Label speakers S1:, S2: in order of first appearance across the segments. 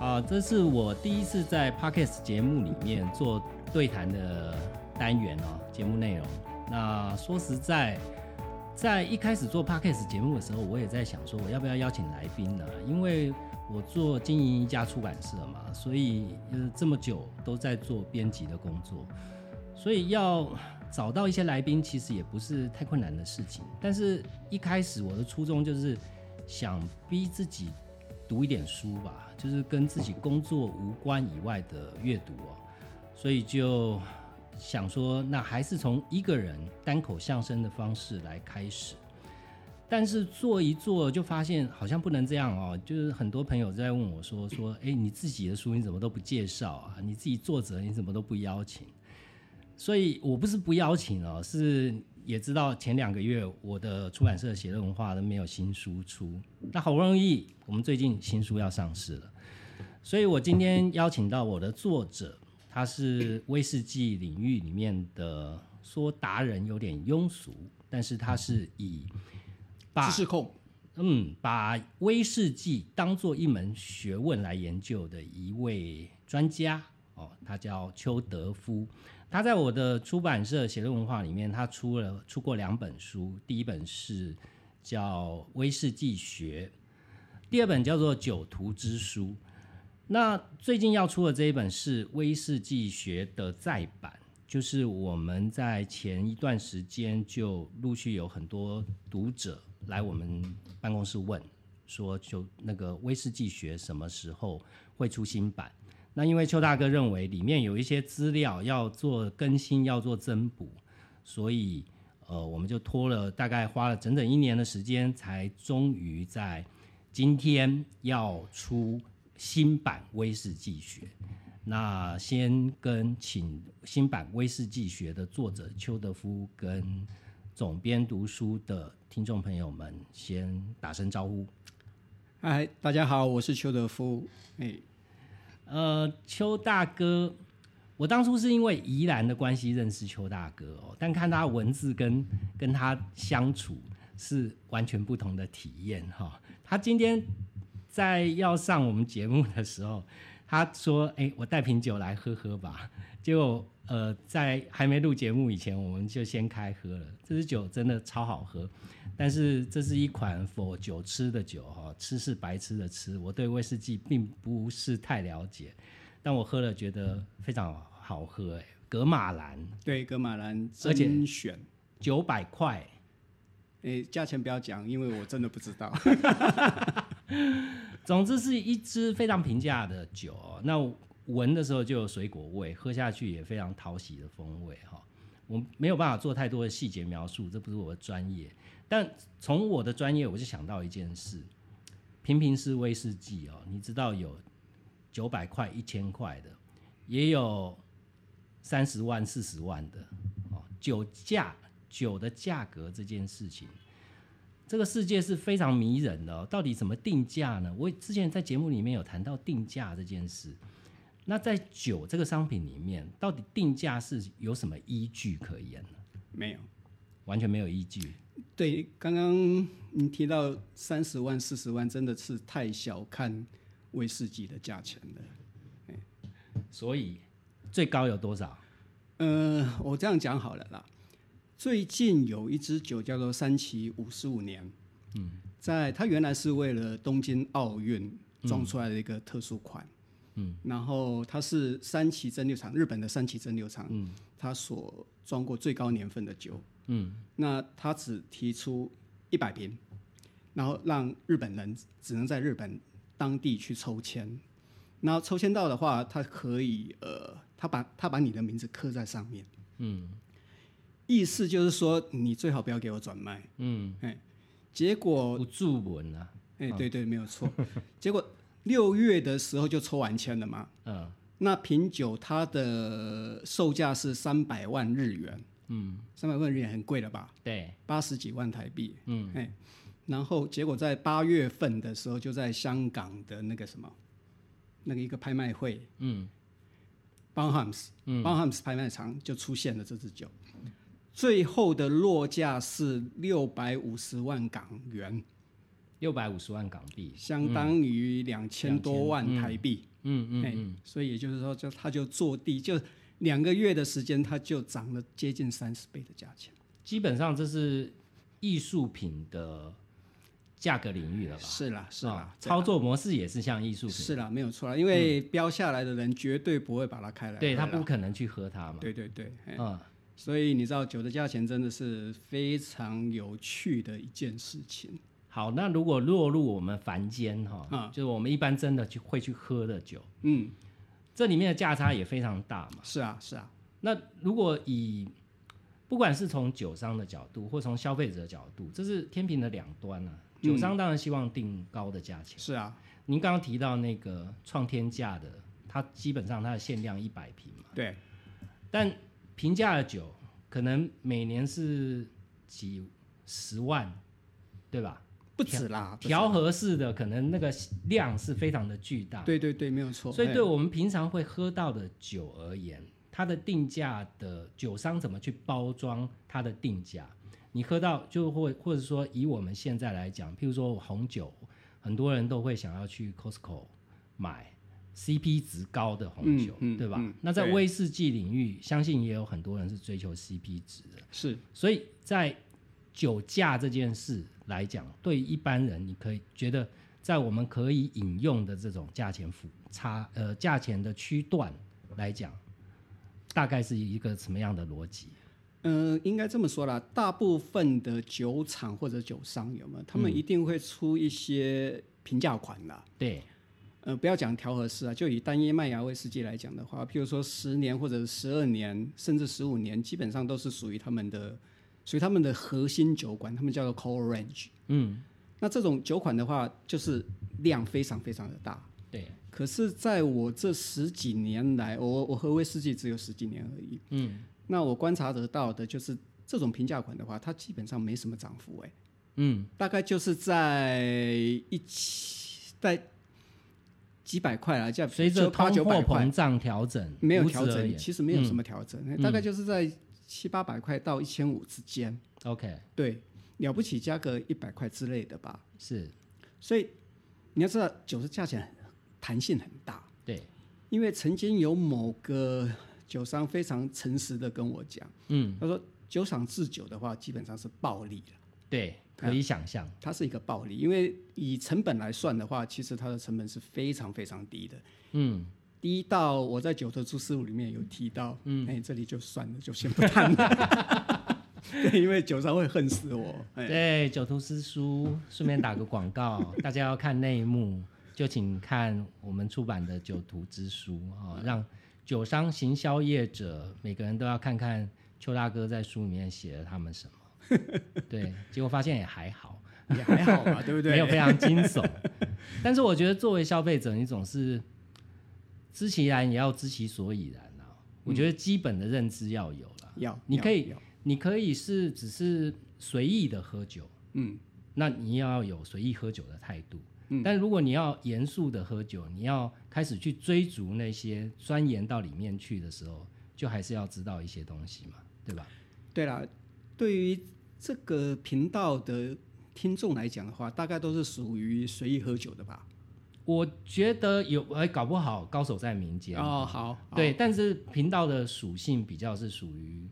S1: 啊在 podcast 节目里面做对谈的单元哦，节目内容。那说实在，在一开始做 podcast 节目的时候，我也在想说，我要不要邀请来宾呢？因为我做经营一家出版社嘛，所以呃这么久都在做编辑的工作，所以要找到一些来宾，其实也不是太困难的事情。但是一开始我的初衷就是想逼自己读一点书吧，就是跟自己工作无关以外的阅读哦，所以就想说，那还是从一个人单口相声的方式来开始。但是做一做就发现好像不能这样哦，就是很多朋友在问我说说，哎，你自己的书你怎么都不介绍啊？你自己作者你怎么都不邀请？所以我不是不邀请哦，是也知道前两个月我的出版社写论文化都没有新书出，那好不容易我们最近新书要上市了，所以我今天邀请到我的作者，他是威士忌领域里面的说达人有点庸俗，但是他是以把
S2: 知识控，
S1: 嗯，把威士忌当做一门学问来研究的一位专家哦，他叫邱德夫。他在我的出版社写论文化里面，他出了出过两本书，第一本是叫《威士忌学》，第二本叫做《酒徒之书》。那最近要出的这一本是《威士忌学》的再版，就是我们在前一段时间就陆续有很多读者来我们办公室问，说就那个《威士忌学》什么时候会出新版？那因为邱大哥认为里面有一些资料要做更新，要做增补，所以呃，我们就拖了大概花了整整一年的时间，才终于在今天要出新版威士忌学。那先跟请新版威士忌学的作者邱德夫跟总编读书的听众朋友们先打声招呼。
S2: 嗨，大家好，我是邱德夫。哎，
S1: 呃，邱大哥，我当初是因为宜兰的关系认识邱大哥哦，但看他文字跟跟他相处是完全不同的体验哈、他今天在要上我们节目的时候，他说：“哎、我带瓶酒来喝喝吧。”结果呃，在还没录节目以前，我们就先开喝了。这支酒真的超好喝，但是这是一款否酒吃的酒哈，吃是白吃的吃。我对威士忌并不是太了解，但我喝了觉得非常好喝、哎，格马兰
S2: 对，格马兰
S1: 而且
S2: 甄选，
S1: 九百块，
S2: 哎，价钱不要讲，因为我真的不知 道。
S1: 总之是一支非常平价的酒哦、那闻的时候就有水果味，喝下去也非常讨喜的风味哈、我没有办法做太多的细节描述，这不是我的专业。但从我的专业，我就想到一件事：平平是威士忌哦，你知道有九百块、一千块的，也有三十万、四十万的哦。酒价、酒的价格这件事情，这个世界是非常迷人的、哦。到底怎么定价呢？我之前在节目里面有谈到定价这件事。那在酒这个商品里面，到底定价是有什么依据可言呢？
S2: 没有。
S1: 完全没有依据。
S2: 对，刚刚你提到三十万、四十万，真的是太小看威士忌的价钱了。
S1: 所以最高有多少？
S2: 呃，我这样讲好了啦。最近有一支酒叫做三崎五十五年，嗯，在它原来是为了东京奥运装出来的一个特殊款，嗯，然后它是三崎蒸馏厂，日本的三崎蒸馏厂，嗯，它所装过最高年份的酒，嗯，那它只提出一百瓶，然后让日本人只能在日本当地去抽签。然后抽签到的话，它可以呃，它把它把你的名字刻在上面，嗯，意思就是说你最好不要给我转卖，嗯，哎，结果
S1: 不注文啊，
S2: 哎，对对，没有错。 结果六月的时候就抽完签了嘛。嗯。那瓶酒它的售价是三百万日元。嗯。三百万日元很贵了吧？
S1: 对，
S2: 八十几万台币。嗯。哎，然后结果在八月份的时候，就在香港的那个什么，那个一个拍卖会。嗯。Bonhams，嗯，Bonhams 拍卖场就出现了这支酒，最后的落价是六百五十万港元。
S1: 六百五十万港币，
S2: 相当于两千多万台币。
S1: 嗯嗯
S2: 哎、所以也就是说，就它就坐地就两个月的时间，它就涨了接近三十倍的价钱。
S1: 基本上这是艺术品的价格领域了吧？
S2: 是啦，是啦
S1: 啊，
S2: 这
S1: 操作模式也是像艺术品，
S2: 是啦，没有错啦，因为标下来的人绝对不会把它开来，
S1: 对他
S2: 它
S1: 不，可能去喝它嘛。
S2: 对对对，哎
S1: 嗯，
S2: 所以你知道酒的价钱真的是非常有趣的一件事情。
S1: 好，那如果落入我们凡间哈，
S2: 嗯
S1: 就是我们一般真的去会去喝的酒，
S2: 嗯，
S1: 这里面的价差也非常大嘛。
S2: 是啊，是啊，
S1: 那如果以不管是从酒商的角度，或从消费者的角度，这是天平的两端啊。
S2: 嗯
S1: 酒商当然希望定高的价钱。
S2: 是啊，
S1: 您刚刚提到那个创天价的，它基本上它的限量一百瓶嘛，
S2: 对，
S1: 但平价的酒可能每年是几十万，对吧？
S2: 不止啦，不止
S1: 调，和式的可能那个量是非常的巨大，
S2: 对对对，没有错。
S1: 所以
S2: 哎
S1: 对我们平常会喝到的酒而言，它的定价的酒商怎么去包装它的定价？你喝到就会，或者说以我们现在来讲，譬如说红酒，很多人都会想要去 Costco 买 CP 值高的红酒，
S2: 嗯嗯
S1: 对吧？
S2: 嗯
S1: 那在
S2: 对
S1: 威士忌领域，相信也有很多人是追求 CP 值的。
S2: 是
S1: 所以在酒驾这件事来讲，对于一般人，你可以觉得在我们可以引用的这种价钱幅差呃价钱的区段来讲，大概是一个什么样的逻辑？
S2: 嗯，应该这么说啦，大部分的酒厂或者酒商有没有，他们一定会出一些平价款啦。
S1: 对，
S2: 呃，不要讲调和式啊，就以单一麦芽威士忌来讲的话，譬如说十年或者十二年，甚至十五年，基本上都是属于他们的，属于他们的核心酒款，他们叫做 core range。
S1: 嗯，
S2: 那这种酒款的话，就是量非常非常的大。
S1: 对，
S2: 可是，在我这十几年来，我我喝威士忌只有十几年而已。
S1: 嗯
S2: 那我观察得到的就是，这种平价款的话，它基本上没什么涨幅、哎。
S1: 嗯，
S2: 大概就是在一起在几百块啦，价
S1: 随着
S2: 就
S1: 通
S2: 八九
S1: 货
S2: 百块
S1: 膨胀嗯调整，
S2: 没有
S1: 无此
S2: 调
S1: 而
S2: 整，
S1: 言
S2: 其实没有什么调整，大概就是在七八百块到一千五之间，
S1: OK，
S2: 对，了不起加个一百块之类的吧。
S1: 是
S2: 所以你要知道，酒的价钱弹性很大，
S1: 对，
S2: 因为曾经有某个酒商非常诚实的跟我讲，
S1: 嗯
S2: 他说酒厂制酒的话，基本上是暴利了。
S1: 对，可
S2: 嗯
S1: 以想象，
S2: 它是一个暴利，因为以成本来算的话，其实它的成本是非常非常低的，
S1: 嗯，
S2: 低到我在九头猪师傅里面有提到，嗯，哎，这里就算了，就先不谈了。 对，因为酒商会恨死我。哎，
S1: 对，九图诗书，顺便打个广告， 大家要看内幕，就请看我们出版的《九图之书》哦，
S2: 哎
S1: 让酒商、行销业者每个人都要看看邱大哥在书里面写了他们什么。 对，结果发现也还好，
S2: 也还好吧，对不对？
S1: 没有非常惊 悚。但是我觉得作为消费者，你总是知其然也要知其所以然啊。我觉得基本的认知要有了。
S2: 要，
S1: 你可以
S2: 要，要
S1: 你可以是只是随意的喝酒，
S2: 嗯，
S1: 那你要有随意喝酒的态度。但如果你要严肃的喝酒，你要开始去追逐那些钻研到里面去的时候，就还是要知道一些东西嘛，对吧？
S2: 对啦，对于这个频道的听众来讲的话，大概都是属于随意喝酒的吧。
S1: 我觉得有，哎，搞不好高手在民间。
S2: 哦，好，好
S1: 对，，但是频道的属性比较是属于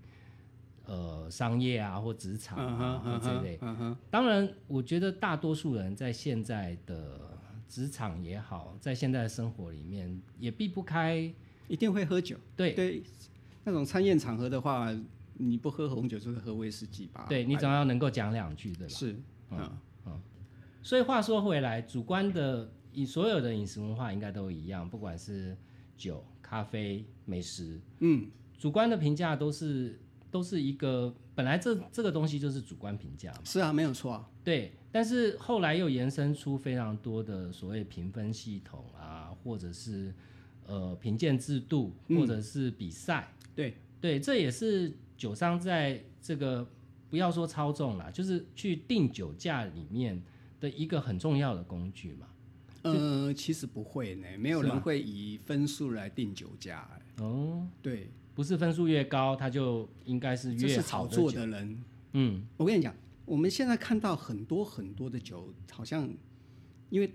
S1: 呃商业啊或职场
S2: 嗯哼
S1: 啊、或
S2: 嗯
S1: 这一类
S2: 哼，嗯哼，
S1: 当然，我觉得大多数人在现在的职场也好，在现在的生活里面，也避不开
S2: 一定会喝酒。
S1: 对
S2: 对，那种餐宴场合的话，你不喝红酒就是喝威士忌吧？
S1: 对，你总要能够讲两句，对吧？
S2: 啊哎是，嗯，
S1: 所以话说回来，主观的以所有的饮食文化应该都一样，不管是酒、咖啡、美食，嗯，主观的评价都是都是一个本来这这个东西就是主观评价嘛。
S2: 是啊，没有错啊，
S1: 对，但是后来又延伸出非常多的所谓评分系统啊，或者是呃评鉴制度，或
S2: 嗯
S1: 者是比赛，
S2: 对，
S1: 对，这也是酒商在这个不要说操纵啦，就是去定酒价里面的一个很重要的工具嘛。
S2: 呃，其实不会呢，没有
S1: 是
S2: 人
S1: 吗
S2: 会以分数来定酒价，哎
S1: 哦，
S2: 对，
S1: 不是分数越高，它就应该是
S2: 这
S1: 越
S2: 是
S1: 好
S2: 炒
S1: 的酒
S2: 作的人。
S1: 嗯，
S2: 我跟你讲，我们现在看到很多很多的酒，好像因为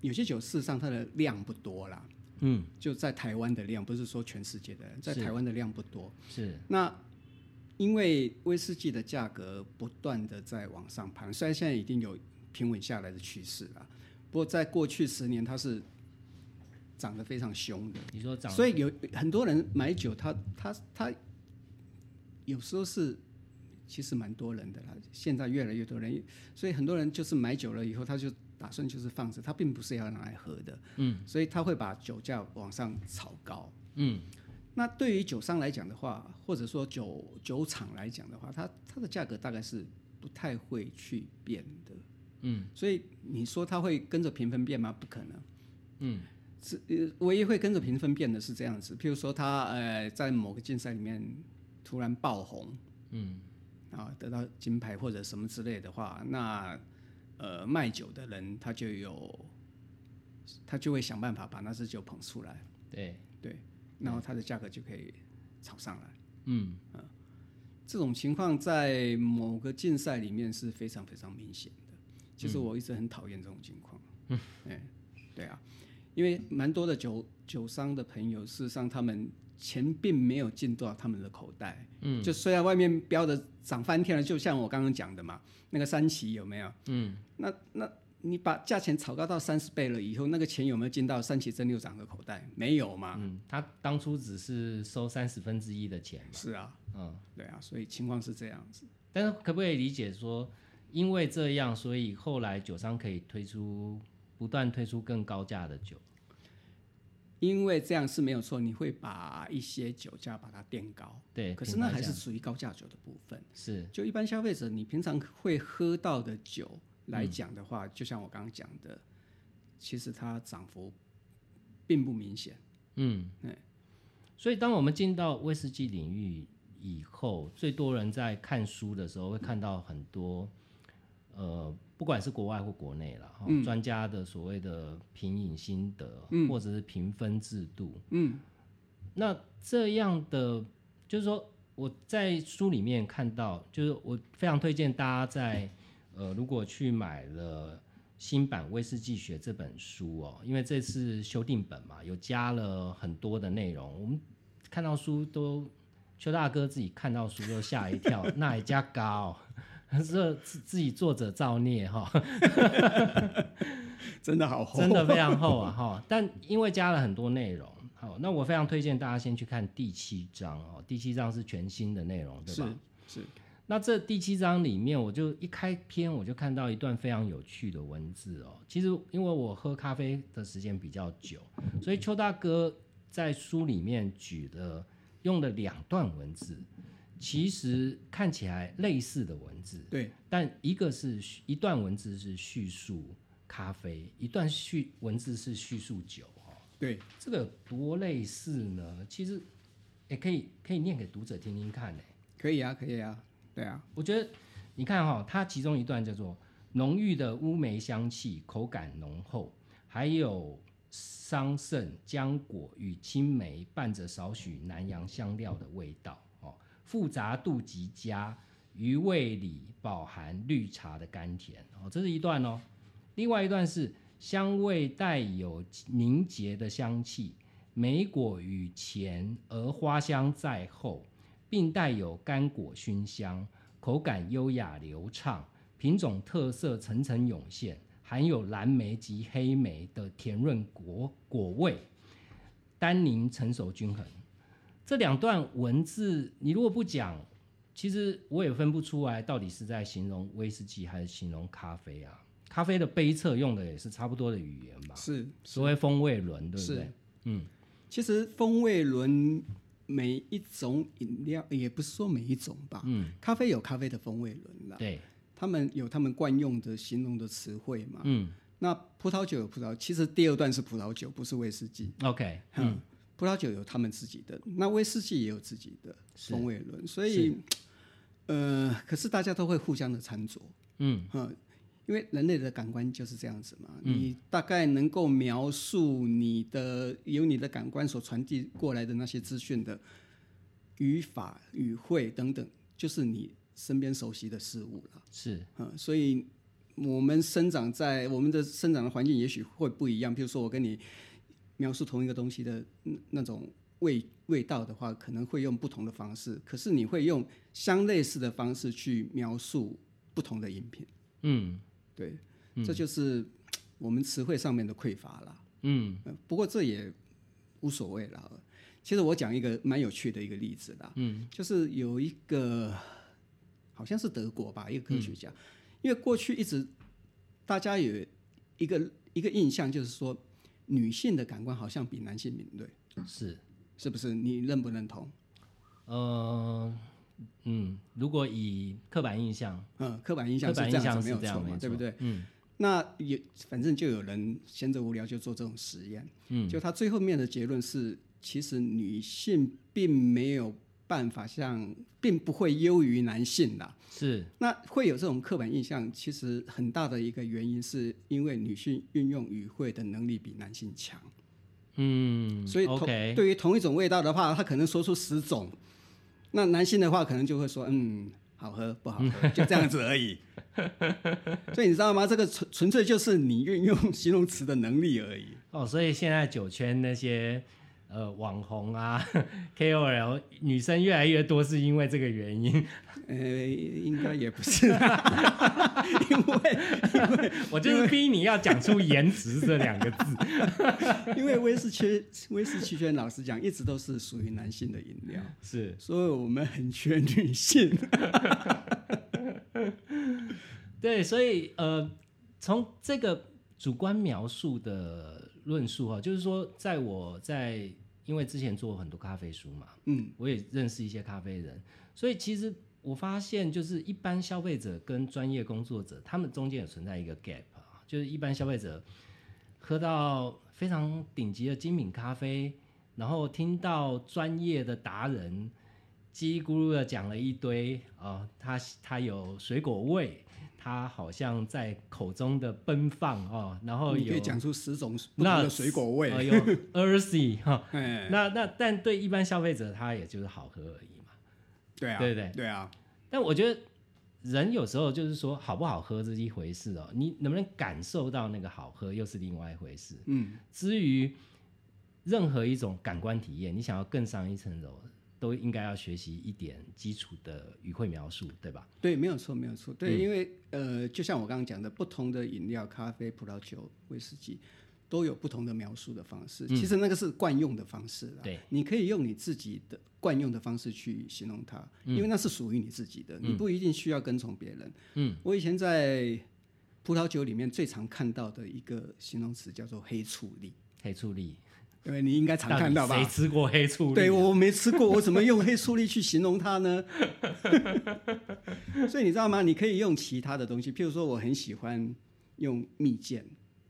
S2: 有些酒事实上它的量不多啦，
S1: 嗯，
S2: 就在台湾的量，不是说全世界的，在
S1: 是
S2: 台湾的量不多。
S1: 是
S2: 那因为威士忌的价格不断的在往上攀，虽然现在已经有平稳下来的趋势啦，不过在过去十年它是涨得非常凶的。
S1: 你说涨，
S2: 所以有很多人买酒，他他他有时候是其实蛮多人的啦。现在越来越多人，所以很多人就是买酒了以后，他就打算就是放着，他并不是要拿来喝的。嗯，所以他会把酒价往上炒高。
S1: 嗯，
S2: 那对于酒商来讲的话，或者说酒酒厂来讲的话，它它的价格大概是不太会去变的。嗯，所以你说它会跟着评分变吗？不可能。是呃，唯一会跟着评分变的是这样子，譬如说他呃在某个竞赛里面突然爆红，嗯，啊得到金牌或者什么之类的话，那呃卖酒的人他就有，他就会想办法把那支酒捧出来，
S1: 对，
S2: 对，然后它的价格就可以炒上来。
S1: 嗯，
S2: 这种情况在某个竞赛里面是非常非常明显的。其实我一直很讨厌这种情况。嗯，哎，对啊，因为蛮多的酒酒商的朋友，事实上他们钱并没有进到他们的口袋。嗯，就虽然外面标的涨翻天了，就像我刚刚讲的嘛，那个三旗有没有？嗯，那那。你把价钱炒高到三十倍了以后，那个钱有没有进到三旗蒸馏厂的口袋？没有嘛？
S1: 嗯，他当初只是收三十分之一的钱嘛，
S2: 是啊，
S1: 嗯，
S2: 对啊，所以情况是这样子。
S1: 但是可不可以理解说，因为这样，所以后来酒商可以推出不断推出更高价的酒？
S2: 因为这样是没有错，你会把一些酒价把它垫高，
S1: 对，
S2: 可是
S1: 品
S2: 那
S1: 牌
S2: 还是
S1: 价
S2: 属于高价酒的部分。
S1: 是
S2: 就一般消费者，你平常会喝到的酒来讲的
S1: 嗯
S2: 话，就像我刚刚讲的，其实它涨幅并不明显。
S1: 嗯，所以当我们进到威士忌领域以后，最多人在看书的时候会看到很多，呃，不管是国外或国内了，哈、专家的所谓的品饮心得，或者是评分制度，嗯，那这样的就是说我在书里面看到，就是我非常推荐大家在呃，如果去买了。新版《威士忌学》这本书哦，因为这次修订本嘛，有加了很多的内容。我们看到书都，邱大哥自己看到书都吓一跳，那也加高、 哦，这自自己作者造孽哈、
S2: 真的好红
S1: 真的非常厚啊哈、但因为加了很多内容，好，那我非常推荐大家先去看第七章哦，第七章是全新的内容，对吧？
S2: 是是，
S1: 那这第七章里面，我就一开篇我就看到一段非常有趣的文字哦。其实因为我喝咖啡的时间比较久，所以邱大哥在书里面举的用了两段文字，其实看起来类似的文字，
S2: 对，
S1: 但一个是叙一段文字是叙述咖啡，一段叙文字是叙述酒哦。
S2: 对，
S1: 这个有多类似呢？其实也可以可以念给读者听听看呢。
S2: 可以啊，可以啊，对啊，
S1: 我觉得你看哈、它其中一段叫做浓郁的乌梅香气，口感浓厚，还有桑葚、浆果与青梅伴着少许南洋香料的味道哦，复杂度极佳，余味里饱含绿茶的甘甜哦，这是一段哦。另外一段是香味带有凝结的香气，梅果与前而花香在后，并带有干果熏香，口感优雅流畅，品种特色层层涌现，含有蓝莓及黑莓的甜润果果味，单宁成熟均衡。这两段文字，你如果不讲，其实我也分不出来到底是在形容威士忌还是形容咖啡啊。咖啡的杯测用的也是差不多的语言吧，
S2: 是
S1: 所谓风味轮，对不
S2: 是
S1: 对？
S2: 其实风味轮每一种饮料，也不是说每一种吧，嗯，咖啡有咖啡的风味轮啦，
S1: 对，
S2: 他们有他们惯用的形容的词汇嘛，
S1: 嗯
S2: 那葡萄酒有葡萄，其实第二段是葡萄酒，不是威士忌。
S1: ，OK，
S2: 嗯，葡萄酒有他们自己的，那威士忌也有自己的
S1: 是
S2: 风味轮，所以，呃，可是大家都会互相的参酌，
S1: 嗯，
S2: 嗯，因为人类的感官就是这样子嘛，你大概能够描述你的由你的感官所传递过来的那些资讯的语法、语汇等等，就是你身边熟悉的事物了。
S1: 是
S2: 嗯，所以我们生长在我们的生长的环境也许会不一样。比如说，我跟你描述同一个东西的嗯那种味味道的话，可能会用不同的方式，可是你会用相类似的方式去描述不同的饮品。
S1: 嗯
S2: 对，这就是我们词汇上面的匮乏啦。
S1: 嗯
S2: 呃不过这也无所谓啦。其实我讲一个蛮有趣的一个例子啦，嗯，就是有一个好像是德国吧，一个科学家，因为过去一直大家有一个一个印象，就是说女性的感官好像比男性敏锐，
S1: 是
S2: 是不是？你认不认同？
S1: 呃嗯，如果以刻板印象，
S2: 嗯，刻板印象
S1: 刻
S2: 是
S1: 板
S2: 这
S1: 印
S2: 样
S1: 象
S2: 子，没
S1: 是
S2: 有
S1: 这样
S2: 错
S1: 没
S2: 嘛，对
S1: 错
S2: 不对？
S1: 嗯
S2: 那也反正就有人闲着无聊就做这种实验，
S1: 嗯，
S2: 就他最后面的结论是，其实女性并没有办法像，并不会优于男性啦。
S1: 是
S2: 那会有这种刻板印象，其实很大的一个原因是因为女性运用语汇的能力比男性强，
S1: 嗯，
S2: 所以同
S1: OK
S2: 对于同一种味道的话，他可能说出十种，那男性的话可能就会说嗯。好喝不好 喝，就这样子而已。所以你知道吗？这个纯纯粹就是你运用形容词的能力而已。
S1: 哦，所以现在酒圈那些呃网红啊 KOL 女生越来越多，是因为这个原因。
S2: 呃，应该也不是 啦，因为
S1: 我就是逼你要讲出颜值这两个字。
S2: 因为威士忌威士忌圈老实讲一直都是属于男性的饮料，
S1: 是，
S2: 所以我们很缺女性。
S1: 对，所以呃，从这个主观描述的论述啊，就是说，在我在因为之前做很多咖啡书嘛，
S2: 嗯，
S1: 我也认识一些咖啡人，所以其实我发现，就是一般消费者跟专业工作者，他们中间有存在一个 gap 啊，就是一般消费者喝到非常顶级的精品咖啡，然后听到专业的达人叽里咕噜的讲了一堆啊、它它有水果味，它好像在口中的奔放哦，然后
S2: 你可
S1: 有
S2: 以讲出十种不同的水果
S1: 呃
S2: 嗯味。
S1: 有 earthy 哈、
S2: 哎，
S1: 那那但对一般消费者，他也就是好喝而已嘛。
S2: 对啊，
S1: 对对
S2: 对啊，
S1: 但我觉得人有时候就是说好不好喝这是一回事哦，你能不能感受到那个好喝又是另外一回事。
S2: 嗯，
S1: 至于任何一种感官体验，你想要更上一层楼，都应该要学习一点基础的语汇描述，对吧？
S2: 对，没有错，没有错。对，因为呃，就像我刚刚讲的，不同的饮料，咖啡、葡萄酒、威士忌。都有不同的描述的方式，其实那个是惯用的方式啦。
S1: 对，
S2: 你可以用你自己的惯用的方式去形容它，因为那是属于你自己的，你不一定需要跟从别人。嗯，我以前在葡萄酒里面最常看到的一个形容词叫做黑醋栗，
S1: 黑醋栗，
S2: 因为你应该常看到吧？
S1: 底谁吃过黑醋栗？啊
S2: 对，我没吃过，我怎么用黑醋栗去形容它呢？ 所以你知道吗？你可以用其他的东西，譬如说，我很喜欢用蜜饯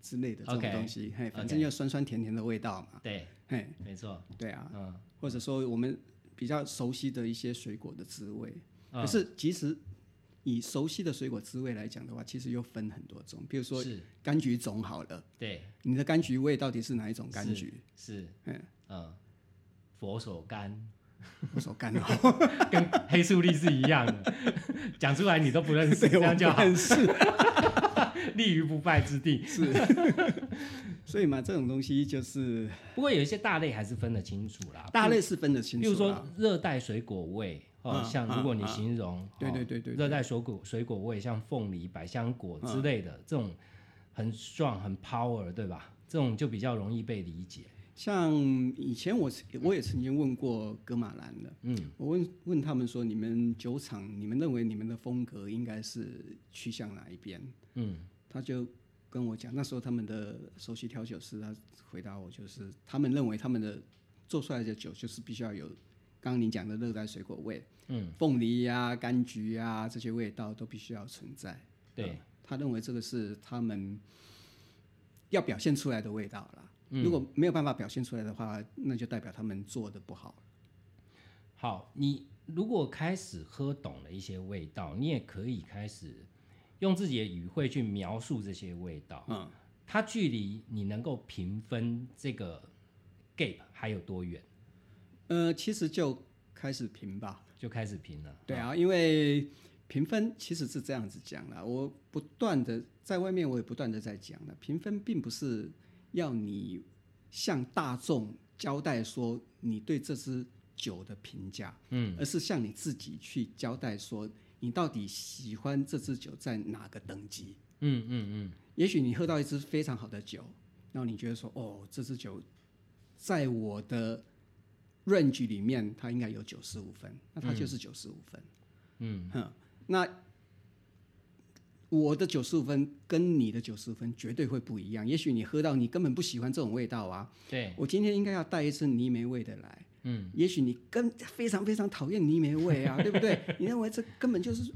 S2: 之类的这种
S1: OK，
S2: 东西，嘿，反
S1: OK
S2: 正要酸酸甜甜的味道嘛，
S1: 对，
S2: 嘿，
S1: 没错，
S2: 对啊，
S1: 嗯，
S2: 或者说我们比较熟悉的一些水果的滋味，
S1: 嗯
S2: 可是其实以熟悉的水果滋味来讲的话，其实又分很多种，譬如说
S1: 是，
S2: 柑橘种好了，
S1: 对，
S2: 你的柑橘味到底是哪一种柑橘？
S1: 是，
S2: 嗯，
S1: 嗯，佛手柑。
S2: 我说柑 哦。
S1: 跟黑醋栗是一样的，讲出来你都不认识，这样就好，
S2: 是
S1: 立于不败之地。
S2: 所以嘛，这种东西就是
S1: 不过有一些大类还是分得清楚啦，
S2: 大类是分得清
S1: 啊比
S2: 楚
S1: 如
S2: 啦。
S1: 说热带水果味，哦，
S2: 嗯
S1: 像如果你形容，哦
S2: 对对对对嗯对
S1: 热带水果水果味，像凤梨、百香果之类的，这种很 strong、很 power，对吧？这种就比较容易被理解。
S2: 像以前我我也曾经问过格马兰的，
S1: 嗯，
S2: 我问问他们说，你们酒厂，你们认为你们的风格应该是趋向哪一边？
S1: 嗯，
S2: 他就跟我讲，那时候他们的首席调酒师他回答我，就是他们认为他们的做出来的酒就是必须要有刚刚你讲的热带水果味，
S1: 嗯，
S2: 凤梨呀、柑橘呀、这些味道都必须要存在。
S1: 对
S2: 呃，他认为这个是他们要表现出来的味道啦。
S1: 嗯
S2: 如果没有办法表现出来的话，那就代表他们做的不好。
S1: 好，你如果开始喝懂了一些味道，你也可以开始用自己的语汇去描述这些味道。
S2: 嗯，
S1: 它距离你能够评分这个 gap 还有多远，
S2: 呃，其实就开始评吧。
S1: 就开始评了。
S2: 对啊，因为评分其实是这样子讲啦，我不断的在外面，我也不断的在讲了，评分并不是要你向大众交代说你对这支酒的评价，嗯，而是向你自己去交代说你到底喜欢这支酒在哪个等级。
S1: 嗯嗯
S2: 也许你喝到一支非常好的酒，然后你觉得说，哦，这支酒在我的 range 里面，它应该有九十五分，那它就是九十五分。
S1: 嗯
S2: 哼，那我的九十五分跟你的九十分绝对会不一样。也许你喝到你根本不喜欢这种味道啊，
S1: 嗯，对，
S2: 我今天应该要带一支泥煤味的来。
S1: 嗯，
S2: 也许你根非常非常讨厌泥煤味 啊，对不对？你认为这根本就是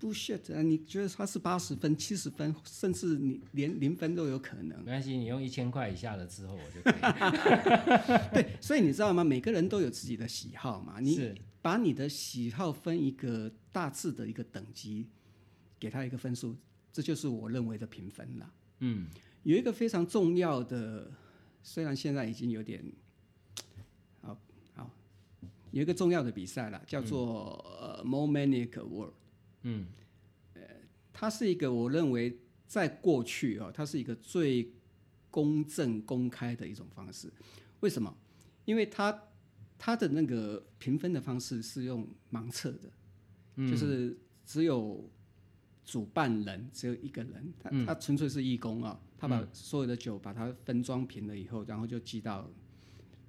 S2: bullshit 啊？你觉得它是八十分、七十分，甚至你连零分都有可能。
S1: 没关系，你用一千块以下的之后我就可以了。
S2: 对，所以你知道吗？每个人都有自己的喜好嘛。啊你
S1: 是
S2: 把你的喜好分一个大致的一个等级，给他一个分数，这就是我认为的评分啦。
S1: 嗯
S2: 有一个非常重要的，虽然现在已经有点，好好，有一个重要的比赛啦，叫做、呃 More Manic Award，呃
S1: 嗯
S2: 它是一个我认为在过去哦，它是一个最公正公开的一种方式。为什么？因为它它的那个评分的方式是用盲测的，
S1: 嗯
S2: 就是只有主办人只有一个人，他
S1: 嗯
S2: 他纯粹是义工啊、他把所有的酒把它分装瓶了以后，然后就寄到，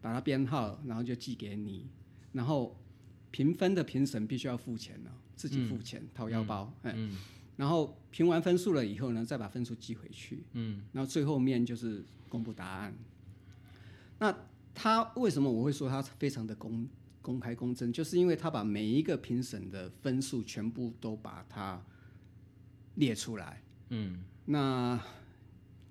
S2: 把它编号，然后就寄给你，然后评分的评审必须要付钱哦，自己付钱、掏腰包，哎
S1: 嗯
S2: 然后评完分数了以后呢，再把分数寄回去，
S1: 嗯
S2: 然后最后面就是公布答案。那他为什么我会说他非常的公公开公正，就是因为他把每一个评审的分数全部都把它列出来。
S1: 嗯
S2: 那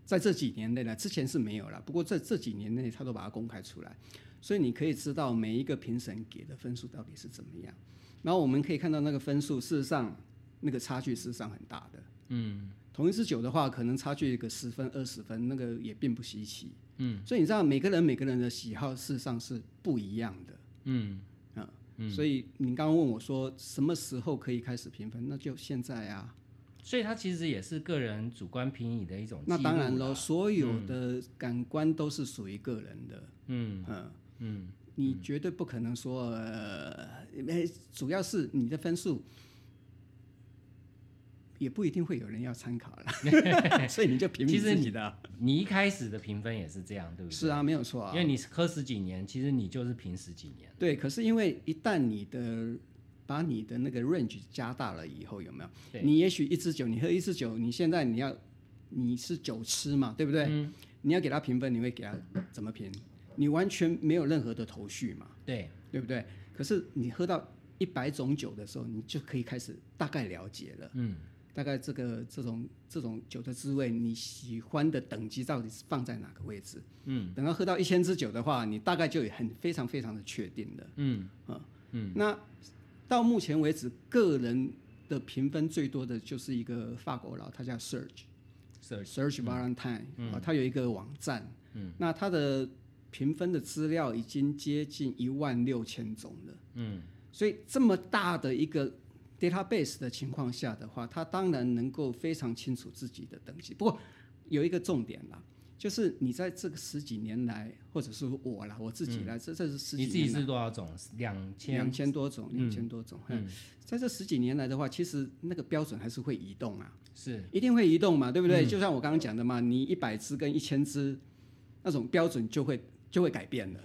S2: 在这几年内呢，之前是没有了，不过在这几年内，他都把它公开出来，所以你可以知道每一个评审给的分数到底是怎么样。然后我们可以看到那个分数，事实上那个差距事实上很大的。
S1: 嗯
S2: 同一支酒的话，可能差距个十分、二十分，那个也并不稀奇。
S1: 嗯，
S2: 所以你知道每个人每个人的喜好事实上是不一样的。
S1: 嗯
S2: 嗯，
S1: 嗯
S2: 所以你刚刚问我说什么时候可以开始评分，那就现在啊。
S1: 所以它其实也是个人主观评议的一种
S2: 那
S1: 记
S2: 当
S1: 录
S2: 然
S1: 啦
S2: 喽，所有的感官都是属于个人的，
S1: 嗯
S2: 嗯，
S1: 嗯
S2: 你绝对不可能说，呃，哎主要是你的分数。也不一定会有人要参考 了，所以你就评
S1: 其
S2: 你
S1: 实
S2: 自
S1: 你
S2: 己的啊，
S1: 你一开始的评分也是这样，对不对？
S2: 是啊，没有错啊
S1: 因。为你喝十几年，其实你就是评十几年。
S2: 对，可是因为一旦你的把你的那个 range 加大了以后，有没有？
S1: 对
S2: 你也许一支酒，你喝一支酒，你现在你要你是酒痴嘛，对不对？
S1: 嗯
S2: 你要给他评分，你会给他怎么评？你完全没有任何的头绪嘛，
S1: 对，
S2: 对不对？可是你喝到一百种酒的时候，你就可以开始大概了解了，
S1: 嗯
S2: 大概这个这种这种酒的滋味，你喜欢的等级到底是放在哪个位置？
S1: 嗯
S2: 等到喝到一千支酒的话，你大概就很非常非常的确定了。啊
S1: 嗯
S2: 那到目前为止，个人的评分最多的就是一个法国佬，他叫 Serge
S1: 是
S2: Serge Valentine 啊、
S1: 嗯
S2: 他有一个网站，嗯，那他的评分的资料已经接近一万六千种了，
S1: 嗯
S2: 所以这么大的一个 database 的情况下的话，他当然能够非常清楚自己的等级。不过有一个重点啦。就是你在这个十几年来，或者是我啦，我自己来，这这是十
S1: 嗯你
S2: 几年
S1: 自己
S2: 来
S1: 是多少种？两千
S2: 两千多种，两千多种。嗯，在这十几年来的话，其实那个标准还是会移动啊，
S1: 是
S2: 一定会移动嘛，对不
S1: 嗯
S2: 对？就像我刚刚讲的嘛，你一百只跟一千只那种标准就会就会改变了。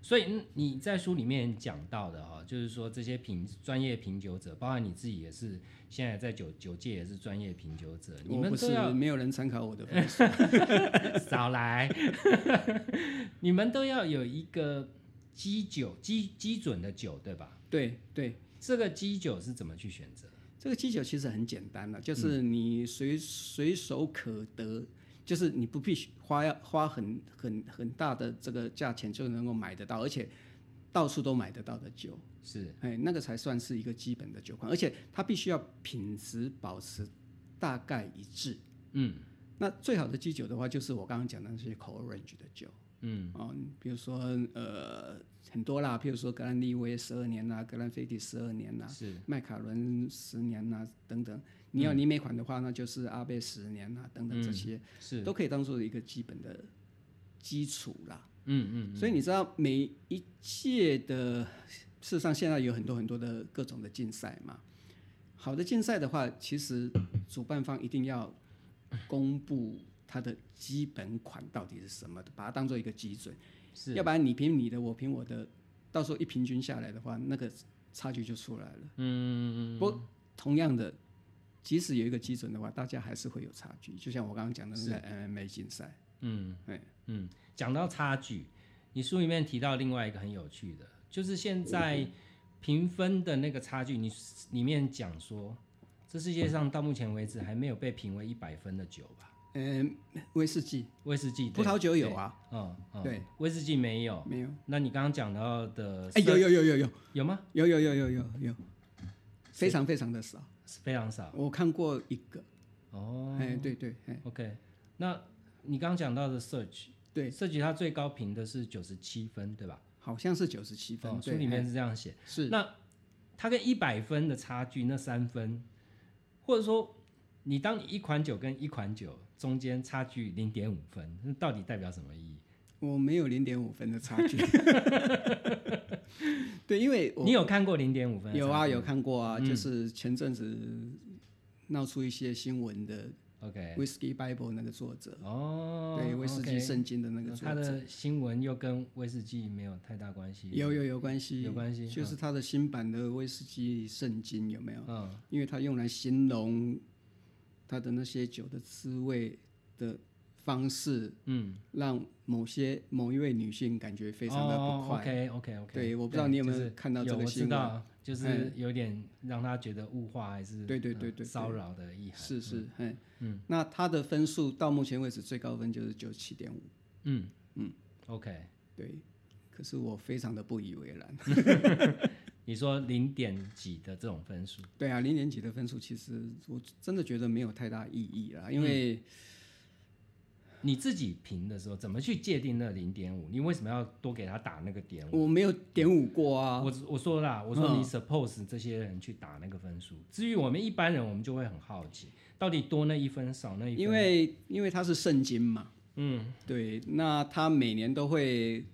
S1: 所以嗯你在书里面讲到的哈、就是说这些品专业品酒者，包含你自己也是，现在在酒酒界也是专业品酒者，你
S2: 我
S1: 们
S2: 不
S1: 都
S2: 是
S1: 要
S2: 没有人参考我 的分数，
S1: 少来， 你们都要有一个基酒基基准的酒，对吧？
S2: 对对。
S1: 这个基酒是怎么去选择？
S2: 这个基酒其实很简单了，就是你随随手可得，就是你不必须花要花很很很大的这个价钱就能够买得到，而且到处都买得到的酒。
S1: 是
S2: 哎，那个才算是一个基本的酒款，而且它必须要品质保持大概一致。
S1: 嗯
S2: 那最好的基酒的话，就是我刚刚讲的那些 core range 的酒
S1: 嗯
S2: 哦，比如说呃很多啦，譬如说格兰利威十二年啦，格兰菲迪十二年啦，
S1: 是嗯
S2: 麦卡伦十年啦等等。你要尼美款的话，那就是阿贝十年啦等等这些，
S1: 嗯是，
S2: 都可以当做一个基本的基础啦。
S1: 嗯嗯
S2: 所以你知道每一届的，事实上现在有很多很多的各种的竞赛嘛。好的竞赛的话，其实主办方一定要公布它的基本款到底是什么的，把它当做一个基准，
S1: 是
S2: 要不然你评你的，我评我的，到时候一平均下来的话，那个差距就出来了。嗯，不，同样的，即使有一个基准的话，大家还是会有差距。就像我刚刚讲的那个 MMA 竞赛，
S1: 嗯
S2: 对
S1: 嗯，讲到差距，你书里面提到另外一个很有趣的，就是现
S2: 嗯
S1: 在评分的那个差距，你里面讲说，这世界上到目前为止还没有被评为一百分的酒吧，
S2: 嗯、威士忌、
S1: 威士忌、
S2: 葡萄酒有啊，
S1: 对，嗯嗯，
S2: 对，
S1: 威士忌没有。
S2: 没有？
S1: 那你刚刚讲到的，
S2: 哎、有有有有有。
S1: 有吗？
S2: 有有有有有有，非常非常的少。
S1: 是非常少
S2: 我看过一个，
S1: 哦。
S2: 哎，对对，哎
S1: OK，那你刚刚讲到的 Search，
S2: 对，
S1: ，Search 它最高评的是九十七分，对吧？
S2: 好像是九十七分
S1: 哦，，书
S2: 对
S1: 里面是这样写。
S2: 哎是
S1: 那它跟一百分的差距，那三分，或者说你当你一款酒跟一款酒中间差距零点五分，那到底代表什么意义？
S2: 我没有零点五分的差距。 对，因为我
S1: 你有看过零点五分的差距？嗯
S2: 有啊有看过啊，就是前阵子闹出一些新闻的
S1: OK，
S2: Whisky Bible 那个作者，
S1: 哦，
S2: 对威士忌
S1: OK
S2: 圣经的那个作
S1: 它
S2: 者，
S1: 的新闻又跟威士忌没有太大关系。
S2: 有有有关系，
S1: 有关系
S2: 就是他的新版的威士忌圣经有没有？
S1: 嗯，
S2: 因为它用来形容它的那些酒的滋味的方式，嗯，让某些某一位女性感觉非常的
S1: 哦
S2: 不快。
S1: OK OK OK，
S2: 对我不知道你有没有看到这个新闻哎
S1: 有我知道，就是有点让他觉得物化还是
S2: 对对对
S1: 嗯
S2: 对对
S1: 骚扰的意涵。
S2: 是是，嘿，嗯，那它的分数到目前为止最高分就是九七点五，
S1: 嗯嗯，OK。
S2: 对。可是我非常的不以为然。
S1: 你说零点几的这种分数，
S2: 对啊，零点几的分数其实我真的觉得没有太大意义啦，因为、
S1: 你自己评的时候怎么去界定那零点五？你为什么要多给他打那个点五？
S2: 我没有点五过啊。
S1: 我我说啦，我说
S2: 嗯
S1: 你 suppose 这些人去打那个分数。至于我们一般人，我们就会很好奇，到底多那一分少那一分？
S2: 因为因为它是圣经嘛，嗯，对，那它每年都会